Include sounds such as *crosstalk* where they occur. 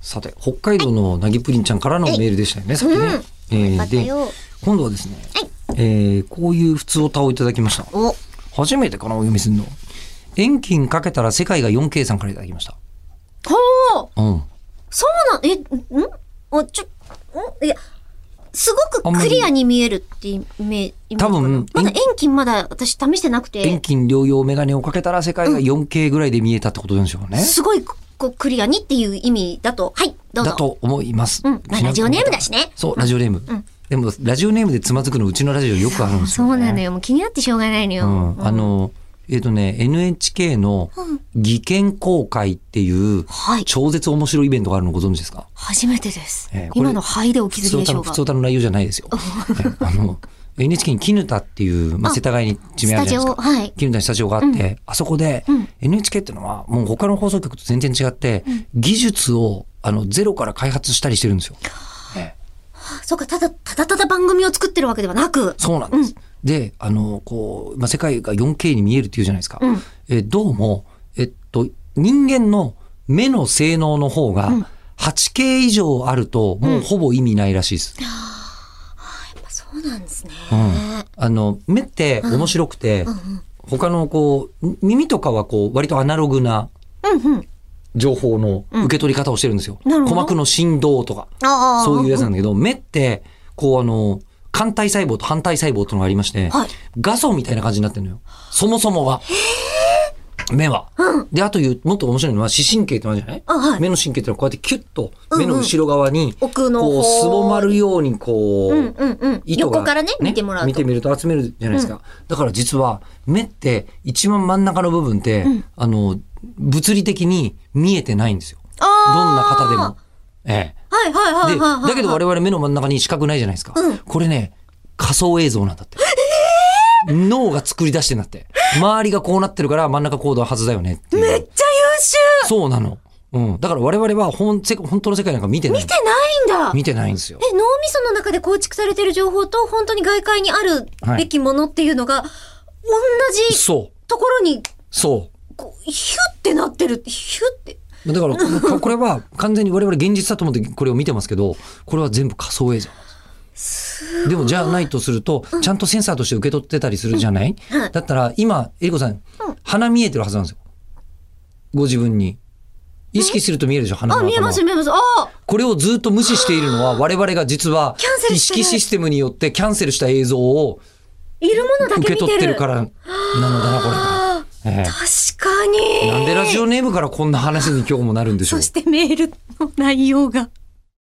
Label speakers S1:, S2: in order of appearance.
S1: さて、北海道のなぎぷりんちゃんからのメールでしたよね、さっきね。え
S2: よか
S1: ー
S2: った
S1: で、
S2: よ。
S1: 今度はですね、えーこういう普通歌をいただきました。
S2: お、
S1: 初めてかな、お読みするの。遠近かけたら世界が 4K さんからいただきました。
S2: ほう
S1: うん。
S2: そうな、え、んお、ちょ、んいや、すごくクリアに見えるってイメージ。
S1: 多分
S2: まだ遠近まだ私試してなく
S1: 遠
S2: て、
S1: 近療養メガネをかけたら世界が 4K ぐらいで見えたってことなんでしょうね。
S2: すごいこうクリアにっていう意味だと、はい、どうぞ。
S1: だと思います。
S2: うんまあラジオネームだしね
S1: そう、ラジオネーム。でも、ラジオネームでつまずくのうちのラジオよくあるんです
S2: そ
S1: よ、ね。
S2: うなのよ。もう気になってしょうがないのよ。
S1: うん、あの、えっ、とね、NHK の技研公開っていう
S2: はい
S1: 超絶面白いイベントがあるのご存知ですか
S2: 初めてです。
S1: えーこれ
S2: 今の灰でお気
S1: 普
S2: づき
S1: 通
S2: で
S1: 歌
S2: しょ
S1: の、
S2: う
S1: 普
S2: が。
S1: 通歌の内容じゃないですよ。えあの、NHK *laughs* に絹田っていう、まあ、
S2: あ
S1: 世田谷に地名あ
S2: スタ
S1: るじ
S2: ジ
S1: ゃない
S2: オ、
S1: ですか。
S2: はい。
S1: 絹田にスタジオがあって、あそこで、NHK ってのはもう他の放送局と全然違って、技術をあのゼロから開発したりしてるんですよ。ええ
S2: そうか、ただ、ただただ番組を作ってるわけではなく、
S1: そうなんです。で、あの、こう、まあ、世界が 4K に見えるっていうじゃないですか。えどうも、えっと、人間の目の性能の方が、8K 以上あると、もうほぼ意味ないらしいです。
S2: そうなんですね。
S1: うんあの、目って面白くて、他のこう、耳とかはこう、割とアナログな
S2: うんうん。
S1: 情報の受け取り方をしてるんですよ。
S2: うんなるほ
S1: 鼓
S2: ど
S1: 膜の振動とか。
S2: ああ。
S1: そういうやつなんだけど、目って、こうあの、肝体細胞と反体細胞っていうのがありまして、
S2: はい
S1: 画素みたいな感じになってるのよ。そもそもは。目は。で、あという、もっと面白いのは、視神経ってのあるじゃない、
S2: あはい
S1: 目の神経ってのはこうやってキュッと、
S2: うんう
S1: 目
S2: ん
S1: の後ろ側に、
S2: 奥の方
S1: こう、すぼまるように、こう、
S2: うんうんうん。
S1: 糸が
S2: 横からね、見てもらう
S1: 見
S2: と
S1: て。みると集めるじゃないですか。だから実は、目って、一番真ん中の部分って、あの、物理的に見えてないんですよ。
S2: あ
S1: ど
S2: あ。
S1: んな方でも。。ええ。
S2: はいはいはい
S1: で、
S2: はいはい。
S1: だけど我々目の真ん中に視覚ないじゃないですか。
S2: うん
S1: これね、仮想映像なんだって。脳が作り出してんだって。周りがこうなってるから真ん中コードははずだよねっていう
S2: めっちゃ優秀
S1: そうなの。うん。だから我々は本世本当の世界なんか見てない。
S2: 見てないんだ
S1: 見てないんですよ。
S2: え、脳みその中で構築されてる情報と、本当に外界にあるべきものっていうのが、同じ
S1: そう。
S2: ところに、
S1: そ
S2: こう、ヒュってなってるって、ヒュって。
S1: う。だから、こ *laughs* これは完全に我々現実だと思ってこれを見てますけど、これは全部仮想映像なんです。でもじゃあないとすると、ちゃんとセンサーとして受け取ってたりするじゃない、
S2: はい
S1: だったら今、えりこさん、鼻見えてるはずなんですよ。ご自分に。意識すると見えるでしょ、鼻の
S2: あ、
S1: 頭
S2: 見えます見えます。ああ
S1: これをずっと無視しているのは、我々が実は
S2: キャンセ、
S1: 意
S2: ルしてな
S1: 識
S2: い
S1: システムによってキャンセルした映像を
S2: いるものだけ見
S1: 受け
S2: てる。
S1: 取ってるからなのだな、これが。
S2: あ
S1: え
S2: あ、確かに。
S1: えなんでラジオネームからこんな話に今日もなるんでしょ
S2: そうしてメールの内容が。